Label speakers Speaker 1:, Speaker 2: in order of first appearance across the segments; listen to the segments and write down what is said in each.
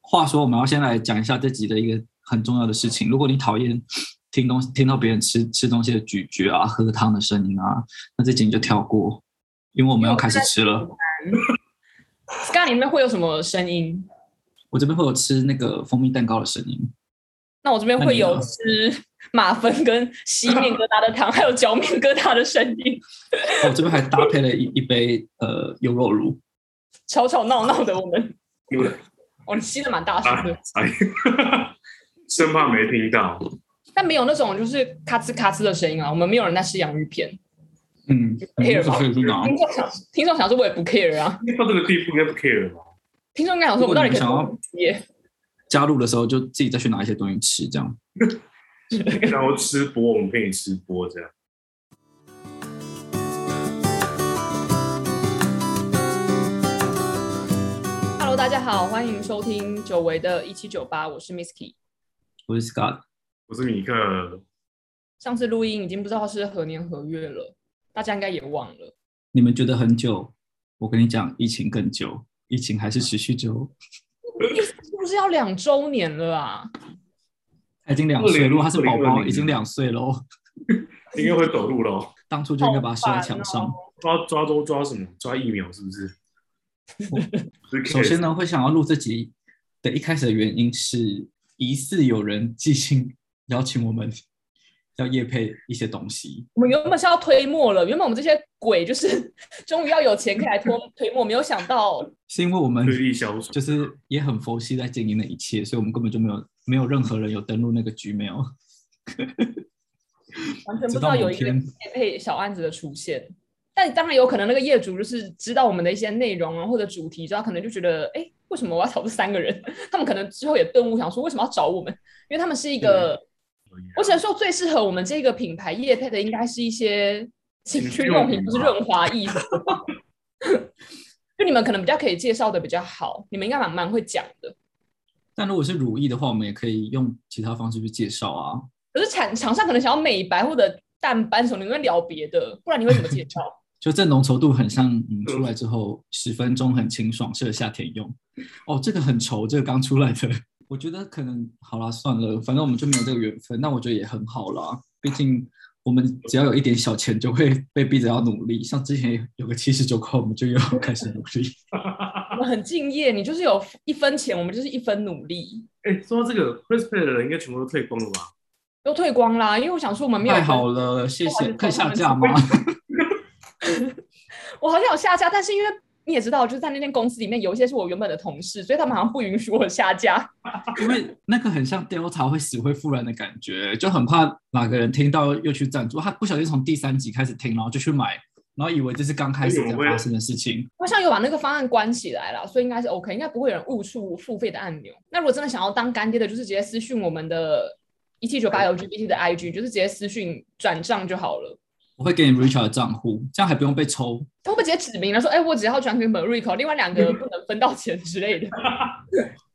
Speaker 1: 话说，我们要先来讲一下这集的一个很重要的事情。如果你讨厌听东听到别人吃吃东西的咀嚼啊、喝汤的声音啊，那这集你就跳过，因为我们要开始吃了。
Speaker 2: Sky 里面会有什么声音？
Speaker 1: 我这边会有吃那个蜂蜜蛋糕的声音，
Speaker 2: 那我这边
Speaker 1: 那
Speaker 2: 会
Speaker 1: 你呢
Speaker 2: 有吃马芬跟西面疙瘩的糖，还有嚼面疙瘩的声音，
Speaker 1: 我这边还搭配了一一杯呃优酪乳。
Speaker 2: 吵吵闹闹的。我们，
Speaker 3: 对
Speaker 2: 哦，你吸的蛮大声
Speaker 1: 啊
Speaker 2: 的，
Speaker 3: 哎， 生怕没听到。
Speaker 2: 但没有那种就是咔哧咔哧的声音啊。我们没有人在吃洋芋片，
Speaker 1: 嗯，
Speaker 2: 不 care 吧
Speaker 1: 可以去拿。
Speaker 2: 听众想，听众想说，我也不 care 啊。
Speaker 3: 因为到这个地步应该不 care 吧？
Speaker 2: 听众应该想说，我到底可以
Speaker 1: 如果你
Speaker 2: 怎么接？
Speaker 1: 加入的时候就自己再去拿一些东西吃，这样。
Speaker 3: 然后吃播，我们陪你吃播这样。
Speaker 2: Hello，大家好，欢迎收听久违的一七九八，我是 Misky。
Speaker 1: 我是 Scott，
Speaker 3: 我是米克，
Speaker 2: 上次录音已经不知道是何年何月了，大家应该也忘了。
Speaker 1: 你们觉得很久？我跟你讲，疫情更久，疫情还是持续久，
Speaker 2: 是不是要两周年了啊？
Speaker 1: 已经两岁。
Speaker 3: 2020
Speaker 1: 如果他是宝宝，
Speaker 3: 2020
Speaker 1: 已经两岁喽。
Speaker 3: 应该会走路咯。
Speaker 1: 当初就应该把它射在墙上。
Speaker 2: 哦
Speaker 3: 抓抓都抓什么？抓疫苗是 不是？是 care
Speaker 1: 首先，呢，会想要录这集的一开始的原因是，疑似有人寄信邀请我们要夜配一些东西。
Speaker 2: 我们原本是要推磨了，原本我们这些鬼就是 终于要有钱可以来推推磨，没有想到
Speaker 1: 是因为我们
Speaker 3: 对立消哦除。
Speaker 1: 就是也很佛系在经营的一切，所以我们根本就没有没有任何人有登录那个 Gmail，
Speaker 2: 完全不
Speaker 1: 直
Speaker 2: 知
Speaker 1: 到
Speaker 2: 道
Speaker 1: 某
Speaker 2: 有一个
Speaker 1: 天
Speaker 2: 业配小案子的出现。但当然有可能那个业主就是知道我们的一些内容啊或者主题之后，他可能就觉得，哎，为什么我要找这三个人？ 他们可能之后也顿悟，想说为什么要找我们？因为他们是一个，我只能说最适合我们这个品牌业配的，应该是一些情趣用品，就是润滑液。 就你们可能比较可以介绍的比较好，你们应该蛮蛮会讲的。
Speaker 1: 但如果是如意的话，我们也可以用其他方式去介绍啊。
Speaker 2: 可是厂厂商可能想要美白或者淡斑什么，你们会聊别的，不然你会怎么介 绍？
Speaker 1: 就这浓稠度很像，嗯，出来之后十分钟很清爽，适合夏天用。哦，这个很稠，这个刚出来的， 我觉得可能好啦，算了，反正我们就没有这个缘分，那我觉得也很好啦。毕竟我们只要有一点小钱，就会被逼着要努力。像之前有个七十九块，我们就又 要开始努力。
Speaker 2: 我们很敬业，你就是有一分钱，我们就是一分努力。
Speaker 3: 哎，说到这个 c r i s p a y 的人应该全部都退光了吧？
Speaker 2: 都退光啦，因为我想说我们没有
Speaker 1: 太好了，谢
Speaker 2: 不好意
Speaker 1: 谢，
Speaker 2: 思
Speaker 1: 可以下架吗？
Speaker 2: 我好像有下架，但是因为你也知道，就是在那间公司里面有一些是我原本的同事，所以他们好像不允许我下架。
Speaker 1: 因为那个很像 Delta 会死灰复燃的感觉，就很怕哪个人听到又去赞助，他不小心从第三集开始听，然后就去买，然后以为这是刚开始在发生的事情。
Speaker 2: 好像有把那个方案关起来了，所以应该是 OK，应该不会有人误触付费的按钮。那如果真的想要当干爹的，就是直接私讯我们的一七九八 LGBT 的 IG，就是直接私讯转账就好了。
Speaker 1: 我会给你 Richard 的账户，这样还不用被抽。
Speaker 2: 他会不会直接指明了说，哎、我只要转给 m a r i c o 另外两
Speaker 3: 嗯
Speaker 2: 个不能分到钱之 类的？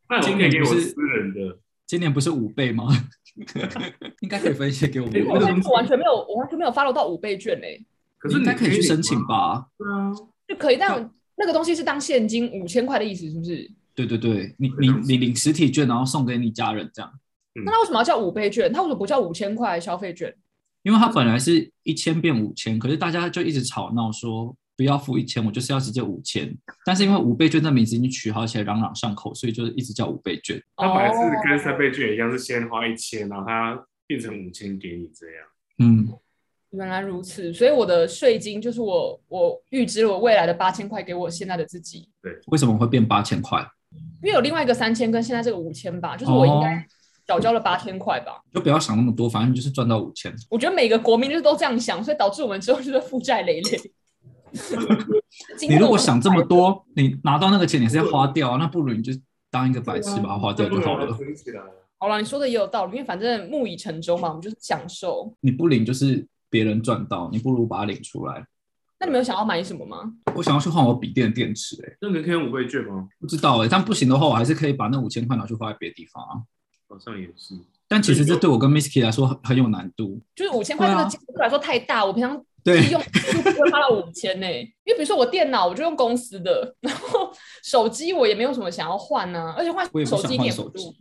Speaker 3: 那我
Speaker 1: 今
Speaker 3: 可以
Speaker 1: 年
Speaker 3: 给
Speaker 1: 不
Speaker 3: 我
Speaker 1: 是
Speaker 3: 私人的，
Speaker 1: 今年不是五倍吗？ 应该可以分一些给我们
Speaker 3: 哎
Speaker 2: 我
Speaker 3: 为什
Speaker 1: 吧，
Speaker 3: 么
Speaker 2: 我完全没有，我完全没有 follow 到五倍券哎、
Speaker 3: 可是
Speaker 1: 应
Speaker 3: 你
Speaker 1: 该可以去申请
Speaker 3: 领吗？
Speaker 1: 吧？
Speaker 3: 对啊，
Speaker 2: 就可以，但那个东西是当现金五千块的意思，是不
Speaker 3: 嗯
Speaker 2: 是？
Speaker 1: 对对对，你你你领实体券，然后送给你家人这样，
Speaker 2: 那他为什么要叫五倍券？他为什么不叫五千块消费券？
Speaker 1: 因为它本来是一千变五千，可是大家就一直吵闹说不要付一千，我就是要直接五千。但是因为五倍券这名字已经取好起来朗朗上口，所以就是一直叫五倍券。
Speaker 3: 他本来
Speaker 2: 哦
Speaker 3: 是跟三倍券一样，是先花一千，然后他变成五千给你这样。
Speaker 1: 嗯，
Speaker 2: 原来如此，所以我的税金就是我我预支我未来的八千块给我现在的自己，
Speaker 1: 为什么会变八千块？
Speaker 2: 因为有另外一个三千跟现在这个五千吧，就是我应
Speaker 3: 哦
Speaker 2: 该少交了八千块吧。
Speaker 1: 就不要想那么多，反正就是赚到五千。
Speaker 2: 我觉得每个国民就是都这样想，所以导致我们之后就是负债累累。
Speaker 1: 你如果想这么多，你拿到那个钱你是要花掉啊，那不如你就当一个白痴把它花掉就好了。
Speaker 3: 啊存起来了。
Speaker 2: 好了，你说的也有道理，因为反正木已成舟嘛，我们就是享受。
Speaker 1: 你不领就是别人赚到，你不如把它领出来。
Speaker 2: 那你们有想要买什么吗？
Speaker 1: 我想要去换我笔电的电池、欸，
Speaker 3: 那你可以用五倍券吗？
Speaker 1: 不知道哎、但不行的话，我还是可以把那五千块拿去花在别的地方啊。
Speaker 3: 好像也 是。
Speaker 1: 但其实这对我跟 Misky 来说很很有难度，
Speaker 2: 就是五千块这
Speaker 1: 对啊
Speaker 2: 个金额对我来说太大，我平常
Speaker 1: 对
Speaker 2: 自，用就不会花到五千呢。因为比如说我电脑我就用公司的，然后手机我也没有什么想要换呢、而且换
Speaker 1: 我也不
Speaker 2: 手
Speaker 1: 想
Speaker 2: 机一
Speaker 1: 换
Speaker 2: 点
Speaker 1: 手
Speaker 2: 不
Speaker 1: 机
Speaker 2: 入。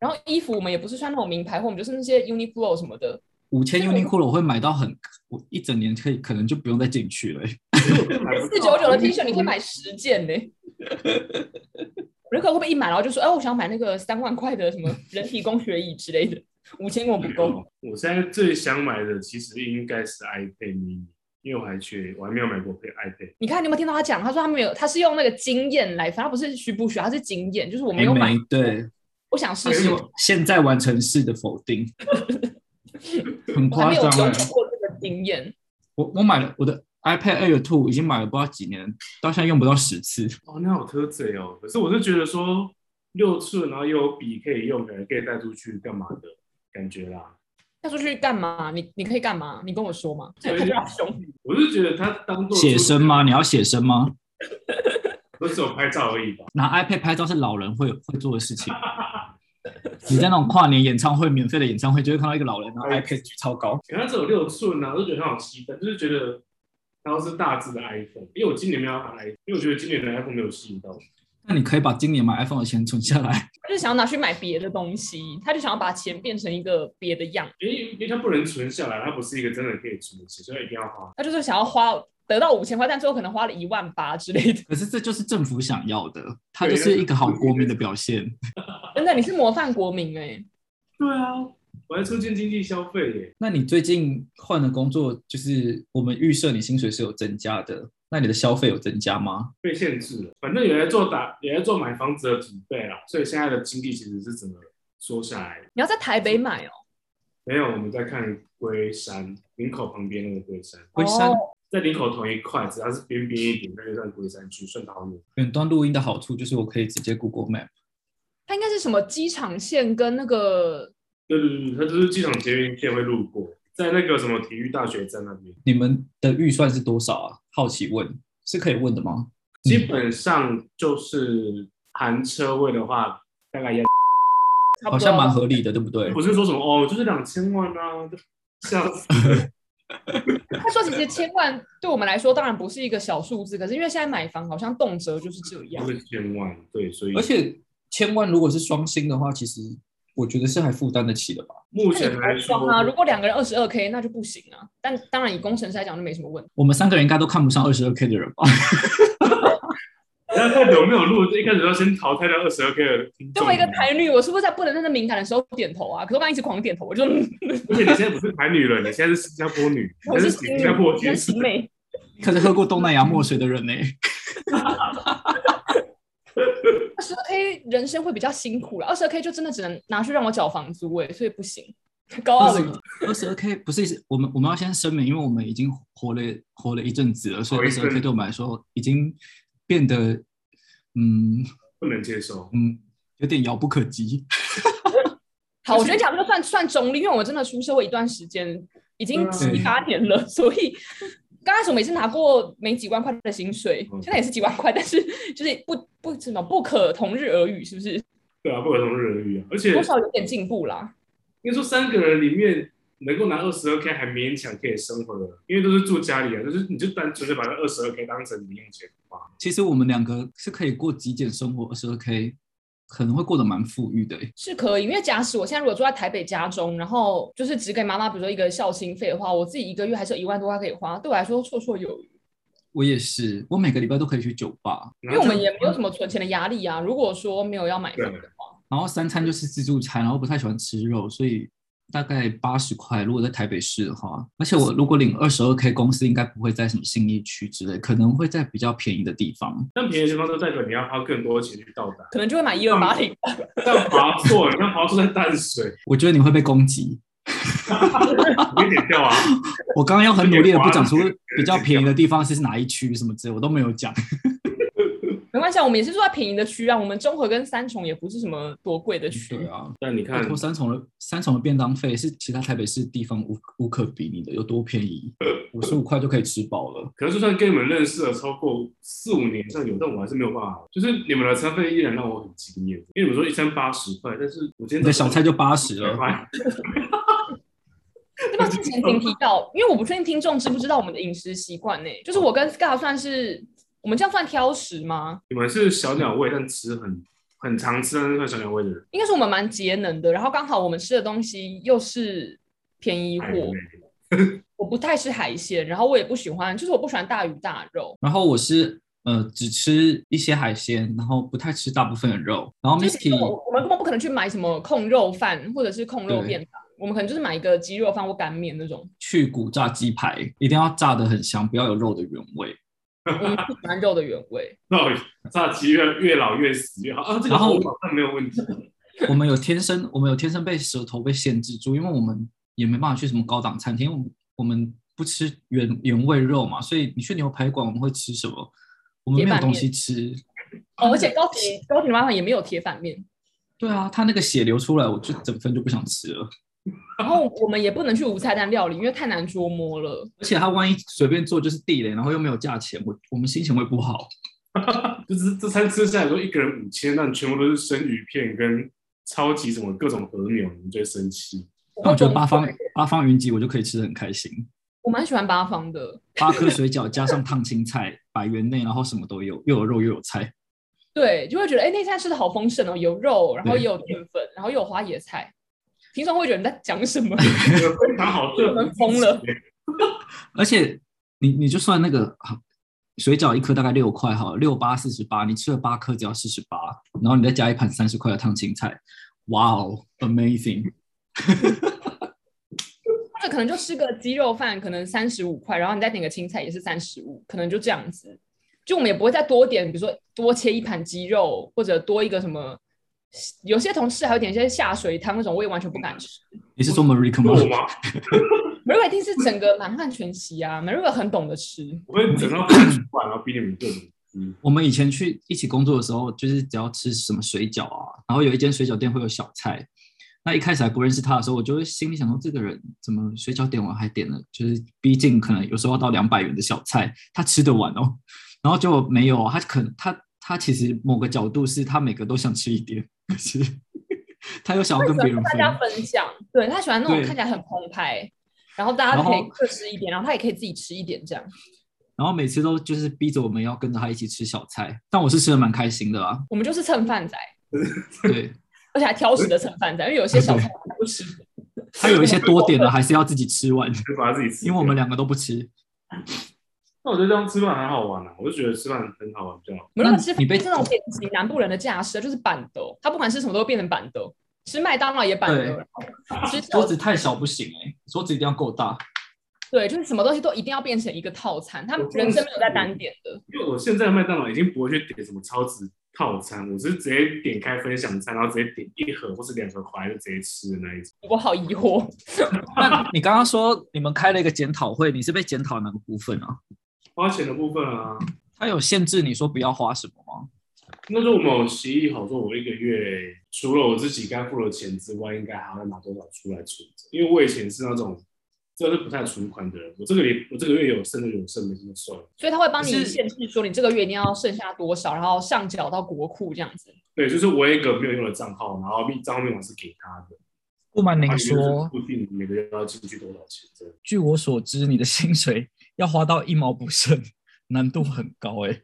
Speaker 2: 然后衣服我们也不是穿那种名牌货，我们就是那些 Uniqlo 什么的。
Speaker 1: 五千
Speaker 2: 这个
Speaker 1: Uniqlo 我会买到很，我一整年可以可能就不用再进去了欸、
Speaker 2: 四九
Speaker 3: 哎
Speaker 1: 哦
Speaker 2: 九的 T 恤你
Speaker 1: 嗯
Speaker 2: 可以买十件呢、我那个会不会一买然后就说，哎，我想买那个三万块的什么人体工学椅之类的，五千我不
Speaker 1: 哦
Speaker 2: 够。
Speaker 3: 我现在最想买的其实应该是 iPad mini，因为我还缺，我还没有买过 iPad。
Speaker 2: 你看你有没有听到他讲？他说他没有，他是用那个经验来，反正他不是需不需要，他是经验，就是我没有买
Speaker 1: 还，对，
Speaker 2: 我想试
Speaker 1: 这
Speaker 2: 试
Speaker 1: 哎是，我现在完成式的否定， 很
Speaker 2: 我还
Speaker 1: 夸
Speaker 2: 没有
Speaker 1: 张、
Speaker 2: 拥
Speaker 1: 欸
Speaker 2: 有。过这个经验。
Speaker 1: 我我买了我的 iPad Air Two，已经买了不知道几年，到现在用不到十次。
Speaker 3: 哦，那好特贼哦！可是我是觉得说六寸，然后又有笔可以用，感觉可以带出去干嘛的感觉啦。
Speaker 2: 要出去干嘛？你你可以干嘛？你跟我说嘛。
Speaker 3: 所以
Speaker 2: 他凶，
Speaker 3: 我是觉得它当做
Speaker 1: 写生吗？你要写生吗？
Speaker 3: 不是只有拍照而已吧？
Speaker 1: 拿 iPad 拍照是老人会会做的事 情。你在那种跨年演唱会、免费的演唱会，就会看到一个老人拿
Speaker 2: 哎
Speaker 1: iPad 举超高。
Speaker 3: 可它只有六寸啊，我就觉得很好吸粉，就是觉得它要是大致的 iPhone，因为我今年没有买 iPhone，因为我觉得今年的 iPhone 没有吸引到我。
Speaker 1: 那你可以把今年买 iPhone 的钱存下来。
Speaker 2: 他就想要拿去买别的东西，他就想要把钱变成一个别的样，
Speaker 3: 因为因为它不能存下来，它不是一个真的可以存的钱，所以一定要花。
Speaker 2: 他就是想要花得到五千块，但最后可能花了一万八之类的。
Speaker 1: 可是这就是政府想要的，它
Speaker 3: 对
Speaker 1: 就是一个好国民的表现。
Speaker 2: 真的，你是模范国民哎、
Speaker 3: 对啊，我还促进经济消费耶。
Speaker 1: 那你最近换的工作，就是我们预设你薪水是有增加的，那你的消费有增加吗？
Speaker 3: 被限制了。反正也在做打，也在做买房子的准备啦，所以现在的经济其实是整个缩下来。
Speaker 2: 你要在台北买哦。
Speaker 3: 没有，我们在看龟山林口旁边那个龟山，
Speaker 1: 龟山
Speaker 2: 哦
Speaker 3: 在林口同一块，只要是边边一点，那就算龟山区，算桃园。
Speaker 1: 远端录音的好处就是我可以直接 Google Map。
Speaker 2: 它应该是什么机场线跟那个
Speaker 3: 对对对，它就是机场捷运线会路过，在那个什么体育大学站那边。
Speaker 1: 你们的预算是多少啊？好奇问，是可以问的吗？
Speaker 3: 基本上就是含车位的话，大概也
Speaker 1: 好
Speaker 2: 差不多啊
Speaker 1: 像蛮合理的，对不对
Speaker 3: 不？是说什么哦，就是两千万啊，像
Speaker 2: 他说其实千万对我们来说当然不是一个小数字，可是因为现在买房好像动辄就是这样。
Speaker 3: 两千万，对，所以
Speaker 1: 而且千万如果是双薪的话，其实我觉得是还负担得起的吧。
Speaker 3: 目
Speaker 2: 那你
Speaker 3: 前
Speaker 2: 不
Speaker 3: 来
Speaker 2: 要
Speaker 3: 说
Speaker 2: 装啊！如果两个人二十二 k，那就不行啊。但当然，以工程师来讲就没什么问题。
Speaker 1: 我们三个人应该都看不上二十二 k 的人吧？
Speaker 3: 那代表没有录，一开始要先淘汰掉二十二 K 的听众。
Speaker 2: 作为一个台女，我是不是在不能在那敏感的时候点头啊？可是我刚刚一直狂点头，我就、嗯
Speaker 3: 而且你现在不是台女了，你现在是新加坡女，
Speaker 2: 我
Speaker 3: 你
Speaker 2: 是
Speaker 3: 是
Speaker 2: 新
Speaker 3: 新
Speaker 2: 女，
Speaker 3: 加
Speaker 2: 我
Speaker 3: 坡女
Speaker 2: 是。新妹。
Speaker 1: 可是喝过东南亚墨水的人呢、
Speaker 2: 二十二 k 人生会比较辛苦了，二十二 k 就真的只能拿去让我缴房租哎、所以不行。高傲的
Speaker 1: 二十二 k 不是我们我们要先声明，因为我们已经活了活了一阵子了，所以
Speaker 3: 活
Speaker 1: 二
Speaker 3: 一阵
Speaker 1: 十二 k 对我们来说已经变得嗯
Speaker 3: 不能接受。
Speaker 1: 嗯有点遥不可及。
Speaker 2: 好，我觉得讲这个算算中立，因为我真的出社会一段时间，已经
Speaker 3: 嗯对
Speaker 2: 七八年了， 所以刚开始我每次拿过没几万块的薪水，
Speaker 3: 嗯
Speaker 2: 现在也是几万块，但 是就是不不什么不可同日而语，是不是？
Speaker 3: 对啊，不可同日而语啊。而且
Speaker 2: 多少有点进步啦。
Speaker 3: 应该说三个人里面能够拿二十二 K 还勉强可以生活的，因为都是住家里啊，就是你就单纯的把那二十二 K 当成零用钱花。
Speaker 1: 其实我们两个是可以过极简生活，二十二 k 可能会过得蛮富裕的、欸。
Speaker 2: 是可以，因为假使我现在如果住在台北家中，然后就是只给妈妈，比如说一个孝亲费的话，我自己一个月还是有一万多块可以花，对我来说绰绰有余。
Speaker 1: 我也是，我每个礼拜都可以去酒吧，
Speaker 3: 因
Speaker 2: 因为我们也没
Speaker 3: 嗯
Speaker 2: 有什么存钱的压力啊。如果说没有要买房的话，
Speaker 1: 然后三餐就是自助餐，然后不太喜欢吃肉，所以大概八十块。如果在台北市的话，而且我如果领二十二 k，公司应该不会在什么信义区之类，可能会在比较便宜的地方。
Speaker 3: 但便宜的地方都代表你要花更多钱去到达，
Speaker 2: 可能就会买一二八零。
Speaker 3: 像华硕，你看华硕在淡水，
Speaker 1: 我觉得你会被攻击。
Speaker 3: 有点掉啊。
Speaker 1: 我刚刚又很努力的不讲出比较便宜的地方是哪一区什么之类，我都没有讲。
Speaker 2: 没关系，啊，我们也是住在便宜的区啊。我们中和跟三重也不是什么多贵的区，
Speaker 1: 对啊，
Speaker 3: 但你
Speaker 1: 拜
Speaker 3: 看
Speaker 1: 托，三重的三重的便当费是其他台北市地方无无可比拟的，有多便宜？五十五块就可以吃饱了。
Speaker 3: 可能就算跟你们认识了超过四五年以上有，但我还是没有办法，就是你们的餐费依然让我很惊艳，因为你们说一餐八十块，但是我今天
Speaker 1: 你的小菜就八十
Speaker 3: 十
Speaker 1: 了。
Speaker 3: 块，
Speaker 2: 对吧？之前请提到，因为我不确定听众知不知道我们的饮食习惯呢。就是我跟 Scar 算是我们这样算挑食吗？
Speaker 3: 你们是小鸟胃，但吃很很常吃，但是算小鸟胃的人。
Speaker 2: 应该是我们蛮节能的，然后刚好我们吃的东西又是便宜货
Speaker 3: 哎。
Speaker 2: 我不太吃海鲜，然后我也不喜欢，就是我不喜欢大鱼大肉。
Speaker 1: 然后我是呃只吃一些海鲜，然后不太吃大部分的肉。然后
Speaker 2: 就是
Speaker 1: Misky
Speaker 2: 我我们根本不可能去买什么控肉饭或者是控肉
Speaker 1: 对
Speaker 2: 便当，我们可能就是买一个鸡肉饭或干面那种。
Speaker 1: 去骨炸鸡排，一定要炸得很香，不要有肉的原味。
Speaker 2: 我们不喜欢肉的原味。
Speaker 3: 那炸鸡越越老越死越好啊，这个
Speaker 1: 然后
Speaker 3: 我好像没有问题。
Speaker 1: 我们有天生，我们有天生被舌头被限制住，因为我们也没办法去什么高档餐厅，我们我们不吃原原味肉嘛，所以你去牛排馆我们会吃什么？我们没有东西吃。
Speaker 2: 哦，而且高铁高铁麻烦也没有铁板面，
Speaker 1: 对啊，它那个血流出来，我就整份就不想吃了。
Speaker 2: 然后我们也不能去无菜单料理，因为太难捉摸了。
Speaker 1: 而且它万一随便做就是地雷，然后又没有价钱，我我们心情会不好。
Speaker 3: 就是这餐吃下来说，一个人五千，但全部都是生鱼片跟超级什么各种和牛，你们就会生气。
Speaker 2: 我
Speaker 1: 然后我觉得
Speaker 2: 崩
Speaker 1: 八方
Speaker 2: 溃
Speaker 1: 八方云集，我就可以吃的很开心。
Speaker 2: 我蛮喜欢八方的，
Speaker 1: 八颗水饺加上烫青菜，百元内，然后什么都有，又有肉又有菜。
Speaker 2: 对，就会觉得哎，那餐吃的好丰盛哦，有肉，然后
Speaker 1: 对
Speaker 2: 也有淀粉，然后又有花野菜。平常会觉得你在讲什么？
Speaker 3: 非常好，这
Speaker 2: 我们疯了。
Speaker 1: 而且你你就算那个啊水饺一颗大概六块好了，六八四十八，你吃了八颗只要四十八，然后你再加一盘三十块的烫青菜，哇哦，amazing！
Speaker 2: 或者可能就吃个鸡肉饭，可能三十五块，然后你再点个青菜也是三十五，可能就这样子。就我们也不会再多点，比如说多切一盘鸡肉，或者多一个什么。有些同事还有点一些下水汤那种，我也完全不敢吃。
Speaker 1: 你是说 Marika
Speaker 3: 哦我
Speaker 1: 吗？
Speaker 3: 吗？
Speaker 2: 美瑞一定是整个满汉全席啊，美瑞很懂得吃。
Speaker 3: 我会整到饭出来，然后逼你们各种。嗯，
Speaker 1: 我们以前去一起工作的时候，就是只要吃什么水饺啊，然后有一间水饺店会有小菜。那一开始还不认识他的时候，我就会心里想说，这个人怎么水饺点完还点了，就是逼近可能有时候要到两百元的小菜，他吃得完哦。然后结果没有，他可能他他其实某个角度是他每个都想吃一点，可是他又想要跟别人
Speaker 2: 大
Speaker 1: 分。
Speaker 2: 家分享，对他喜欢那种
Speaker 1: 对
Speaker 2: 看起来很澎湃，然后大家
Speaker 1: 然后
Speaker 2: 可以各吃一点，然后他也可以自己吃一点这样。
Speaker 1: 然后每次都就是逼着我们要跟着他一起吃小菜，但我是吃的蛮开心的啊。
Speaker 2: 我们就是蹭饭仔，
Speaker 1: 对
Speaker 2: 而且还挑食的蹭饭仔，因为有些小菜我们不吃。
Speaker 1: 他有一些多点了，还是要自己吃完，
Speaker 3: 就把它自己吃。
Speaker 1: 因为我们两个都不吃。
Speaker 3: 那我觉得这样吃饭很好玩啊，我就觉得吃饭很好玩比较好。
Speaker 2: 我们
Speaker 1: 那
Speaker 2: 那吃
Speaker 1: 你被
Speaker 2: 是那种典型南部人的架势，就是板豆，他不管吃什么都会变成板豆，吃麦当劳也板豆，
Speaker 1: 对
Speaker 2: 然后吃
Speaker 1: 桌
Speaker 2: 饺子
Speaker 1: 子太小不行哎、桌子一定要够大。
Speaker 2: 对，就是什么东西都一定要变成一个套餐，他们人生没有在单点的。
Speaker 3: 因为我现在麦当劳已经不会去点什么超值套餐，我是直接点开分享餐，然后直接点一盒或是两盒回来就直接吃的那一种。
Speaker 2: 我好疑惑，
Speaker 1: 那你刚刚说你们开了一个检讨会，你是被检讨哪个部分啊？
Speaker 3: 花钱的部分啊，
Speaker 1: 他有限制你说不要花什么吗？
Speaker 3: 那时候我们有协议好说，我一个月除了我自己该付的钱之外，应该还要拿多少出来存着，因为我以前是那种真的是不太存款的人，我这个月我这个月有剩的有剩，没剩就算了。
Speaker 2: 所以他会帮
Speaker 1: 可
Speaker 2: 你
Speaker 1: 是
Speaker 2: 限制说你这个月一定要剩下多少，然后上缴到国库这样子。
Speaker 3: 对，就是我有一个没有用的账号，然后密账号密码是给他的。
Speaker 1: 不瞒您
Speaker 3: 然 后
Speaker 1: 说，
Speaker 3: 就是固定每个月要进去多少钱这样。
Speaker 1: 据我所知，你的薪水要花到一毛不剩， 难度很高哎、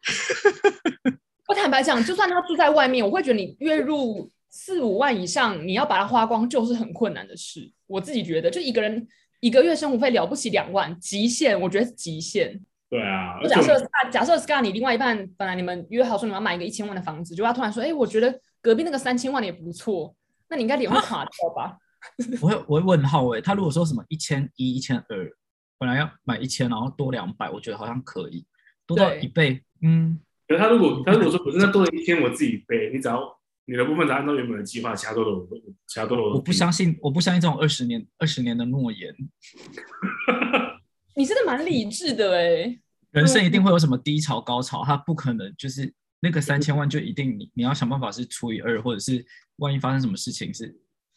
Speaker 2: 我坦白讲，就算他住在外面，我会觉得你月入四五万以上，你要把它花光就是很困难的事。我自己觉得，就一个人一个月生活费了不起两万，极限，我觉得是极限。
Speaker 3: 对啊，
Speaker 2: 我
Speaker 3: 而
Speaker 2: 假
Speaker 3: 且
Speaker 2: 设 Scar- 假设 Scar 你另外一半本来你们约好说你们要买一个一千万的房子，结果他突然说，哎、我觉得隔壁那个三千万的也不错，那你应该脸会垮掉吧？
Speaker 1: 我会我会问号哎、他如果说什么一千一、一千二，本来要买一千，然后多两百，我觉得好像可以，多到
Speaker 2: 对
Speaker 1: 一倍，嗯，
Speaker 3: 可是他如果他如果说我真的多了一天，我自己背，你只要你的部分只要按照原本的计划，其他都有，其他都有。
Speaker 1: 我不相信，我不相信这种二十年二十年的诺言，
Speaker 2: 你真的蛮理智的哎、
Speaker 1: 人生一
Speaker 2: 嗯
Speaker 1: 定会有什么低潮高潮，它不可能就是那个三千万就一定你你要想办法是除以二，或者是万一发生什么事情是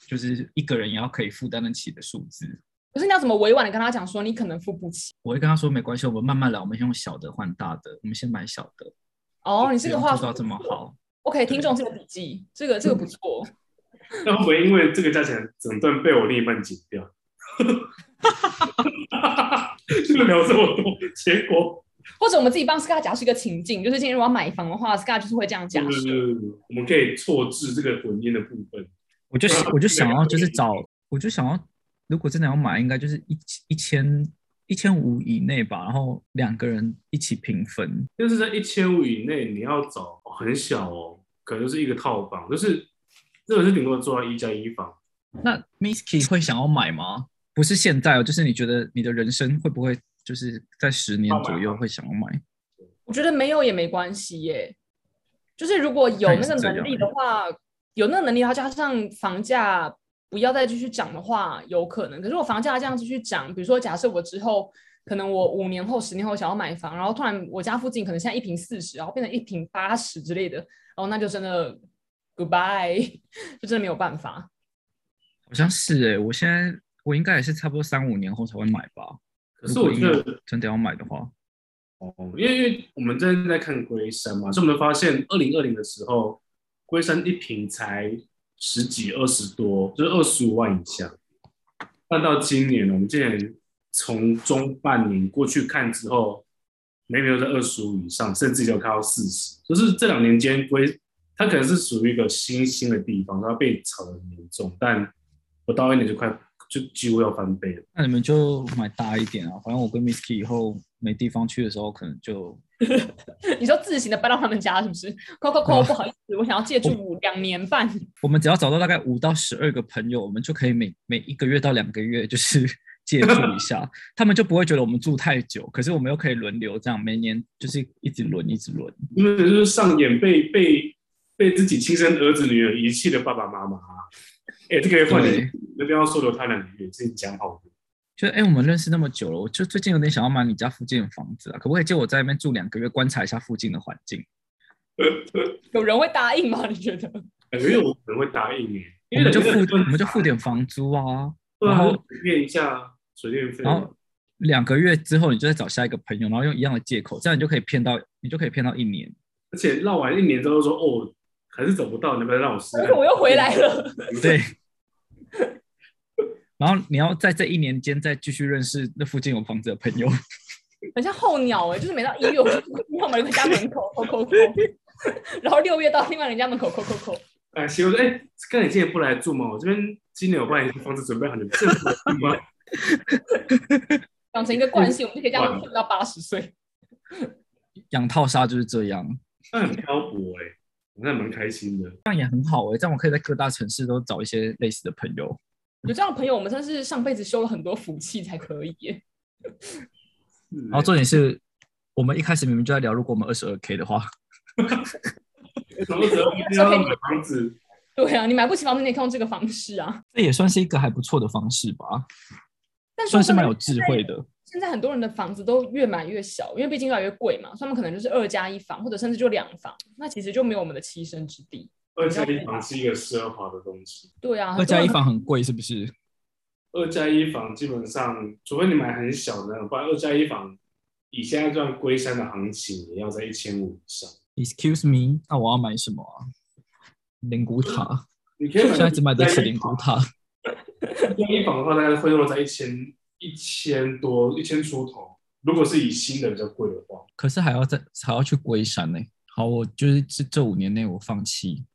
Speaker 1: 就是一个人也要可以负担得起的数字。
Speaker 2: 可是你要怎么委婉的跟他讲说你可能付不起？
Speaker 1: 我会跟他说没关系，我们慢慢来，我们用小的换大的，我们先买小的。
Speaker 2: 哦，你这
Speaker 1: 不
Speaker 2: 个
Speaker 1: 用
Speaker 2: 话
Speaker 1: 做
Speaker 2: 说
Speaker 1: 到这么好，
Speaker 2: OK，听众这个笔记，这个这个不错。
Speaker 3: 那会不会因为这个价钱整顿被我另一半减掉？就聊这么多，结果
Speaker 2: 或者我们自己帮 Scar 假设一个情境，就是今天如果要买房的话，Scar 就是会这样假
Speaker 3: 就
Speaker 2: 设。
Speaker 3: 是我们可以错置这个混音的部分。
Speaker 1: 我就想我就想要就是找，我就想要，如果真的要买，应该就是一一千一千五以内吧，然后两个人一起平分。
Speaker 3: 但是在一千五以内，你要找哦很小哦，可能就是一个套房，就是这个是顶多做到一加一房。
Speaker 1: 那 Misky 会想要买吗？不是现在哦，就是你觉得你的人生会不会就是在十年左右会想要买？
Speaker 2: 我觉得没有也没关系耶，就是啊如果有那个能力的话，有那个能力，然后加上房价不要再继续涨的话，有可能。可是我房价这样继续涨，比如说假设我之后可能我五年后、十年后想要买房，然后突然我家附近可能现在一平四十，然后变成一平八十之类的，然后那就真的 goodbye，就 真的没有办法。
Speaker 1: 好像是诶、我现在我应该也是差不多三五年后才会买吧。
Speaker 3: 可是我觉
Speaker 1: 如
Speaker 3: 得
Speaker 1: 果真的要买的话，
Speaker 3: 哦，因为因为我们正在看龟山嘛，所以我们发现二零二零的时候，龟山一平才十几二十多，就是二十五万以下。但到今年，我们今年从中半年过去看之后，每秒在二十五以上，甚至有看到四十。就是这两年间，龟它可能是属于一个新兴的地方，它被炒得很严重，但不到一年就快就几乎要翻倍了。
Speaker 1: 那你们就买大一点啊。反正我跟 Misky 以后没地方去的时候，可能就
Speaker 2: 你说自行的搬到他们家是不是？扣扣
Speaker 1: 嗯
Speaker 2: 扣，不好意思，我想要借住五
Speaker 1: 哦
Speaker 2: 两年半。
Speaker 1: 我们只要找到大概五到十二个朋友，我们就可以每每一个月到两个月就是借住一 下，他们就不会觉得我们住太久，可是我们又可以轮流这样，每年就是一直轮一直轮。
Speaker 3: 因为就是上演被被被自己亲生儿子女儿遗弃的爸爸妈妈啊。哎、这个换你
Speaker 1: 对，
Speaker 3: 那不要说留他两个月，这你讲好的。
Speaker 1: 就哎、诶我们认识那么久了，我就最近有点想要买你家附近的房子啊，可不可以借我在那边住两个月，观察一下附近的环境？
Speaker 2: 有人会答应吗？你觉 得？
Speaker 1: 哎
Speaker 3: 两个月我 可能会答应耶，
Speaker 1: 我
Speaker 3: 因为
Speaker 1: 们就付
Speaker 3: 两个月
Speaker 1: 我们就付点房租啊，
Speaker 3: 对啊，
Speaker 1: 然
Speaker 3: 然
Speaker 1: 后
Speaker 3: 后水电一下水电费，
Speaker 1: 然后两个月之后你就再找下一个朋友，然后用一样的借口，这样你就可以骗到你就可以骗到一年。
Speaker 3: 而且绕完一年之后说哦，还是找不到，你能不能让我试试
Speaker 2: 而
Speaker 3: 看？
Speaker 2: 且我又回来了。
Speaker 1: 对。 然后你要在这一年间再继续认识那附近有房子的朋友，
Speaker 2: 很像候鸟哎、就是每到一月，我就要么人家门口扣扣扣， 然后六月到另外人家门口扣扣扣。
Speaker 3: 哎，媳妇说哎，哥你今年不来住吗？我这边今年我帮你房子准备好，你 这吗？
Speaker 2: 养成一个惯性，我们就可以这样混到八十岁。
Speaker 1: 养套杀就是这样，
Speaker 3: 那很漂泊哎、我那蛮开心的。
Speaker 1: 这样也很好哎、这样我可以在各大城市都找一些类似的朋友。
Speaker 2: 有这样的朋友，我们真是上辈子修了很多福气才可以耶、
Speaker 3: 然
Speaker 1: 然后重点是，我们一开始明明就在聊，如果我们二十二 k 的话，
Speaker 3: 什么时候一定 要买房子？
Speaker 2: 对啊，你买不起房子，你也可以用这个方式啊。
Speaker 1: 这也算是一个还不错的方式吧，
Speaker 2: 但是
Speaker 1: 算是蛮有智慧的。
Speaker 2: 现在很多人的房子都越买越小，因为毕竟越来越贵嘛，所以他们可能就是二加一房，或者甚至就两房，那其实就没有我们的栖身之地。
Speaker 3: 二加一房是一个奢华的东西，
Speaker 2: 对啊，
Speaker 1: 二加一房很贵是不是？
Speaker 3: 二加一房基本上，除非你买很小的那种，不然二加一房以现在这样龟山的行情，也要在一千五以上。
Speaker 1: Excuse me，那我要买什么啊？灵骨塔，
Speaker 3: 你可以买
Speaker 1: 现在只买得起灵骨
Speaker 3: 房，
Speaker 1: 塔。
Speaker 3: 二加一房的话，大概会落在一千一千多、一千出头。如果是以新的比较贵的话，
Speaker 1: 可是还要再还要去龟山呢、好，我就是这这五年内我放弃。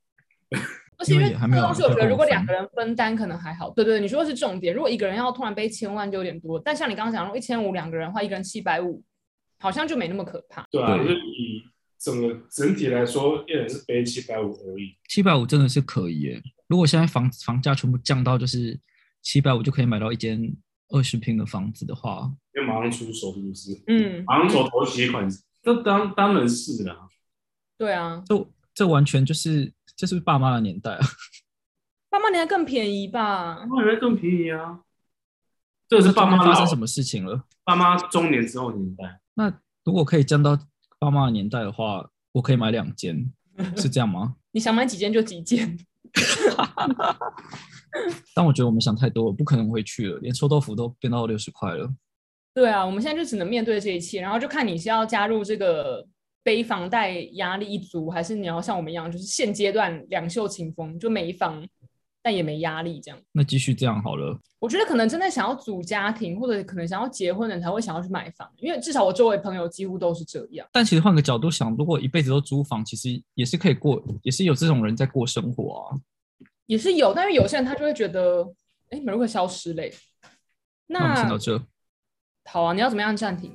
Speaker 2: 而且因
Speaker 1: 因
Speaker 2: 为
Speaker 1: 为也还没有
Speaker 2: 这个东西，我觉得如果
Speaker 1: 这个
Speaker 2: 两
Speaker 1: 部分
Speaker 2: 个人分担可能还好。对对，对你说的是重点。如果一个人要突然背一千万就有点多，但像你刚刚讲，如果一千五两个人的话，一个人七百五，好像就没那么可怕。
Speaker 3: 对啊，
Speaker 1: 对
Speaker 3: 就是以整个整体来说，一人是背七百五而已。
Speaker 1: 七百五真的是可以耶、如果现在房房价全部降到就是七百五就可以买到一间二十平的房子的话，
Speaker 3: 因为马上出手是不是？
Speaker 2: 嗯，
Speaker 3: 马上走头期款，这当当然是啦、
Speaker 2: 对啊，
Speaker 1: 这这完全就是这是不是爸妈的年代啊！
Speaker 2: 爸妈你还更便宜吧？
Speaker 3: 我以为更便宜啊。这个是爸妈哦
Speaker 1: 发生什
Speaker 3: 么？
Speaker 1: 么事情了？
Speaker 3: 爸妈中年之后年代，
Speaker 1: 那如果可以降到爸妈的年代的话，我可以买两间，是这样吗？
Speaker 2: 你想买几间就几间。
Speaker 1: 但我觉得我们想太多了，不可能回去了，连臭豆腐都变到六十块了。
Speaker 2: 对啊，我们现在就只能面对这一切，然后就看你是要加入这个背房贷压力一族，还是你要像我们一样，就是现阶段两袖清风，就每一房但也没压力这样。
Speaker 1: 那继续这样好了。
Speaker 2: 我觉得可能真的想要组家庭，或者可能想要结婚的人才会想要去买房，因为至少我周围朋友几乎都是这样。
Speaker 1: 但其实换个角度想，如果一辈子都租房，其实也是可以过，也是有这种人在过生活啊。
Speaker 2: 也是有，但是有些人他就会觉得，哎，门会消失嘞。
Speaker 1: 那我们先到这。
Speaker 2: 好啊，你要怎么样暂停？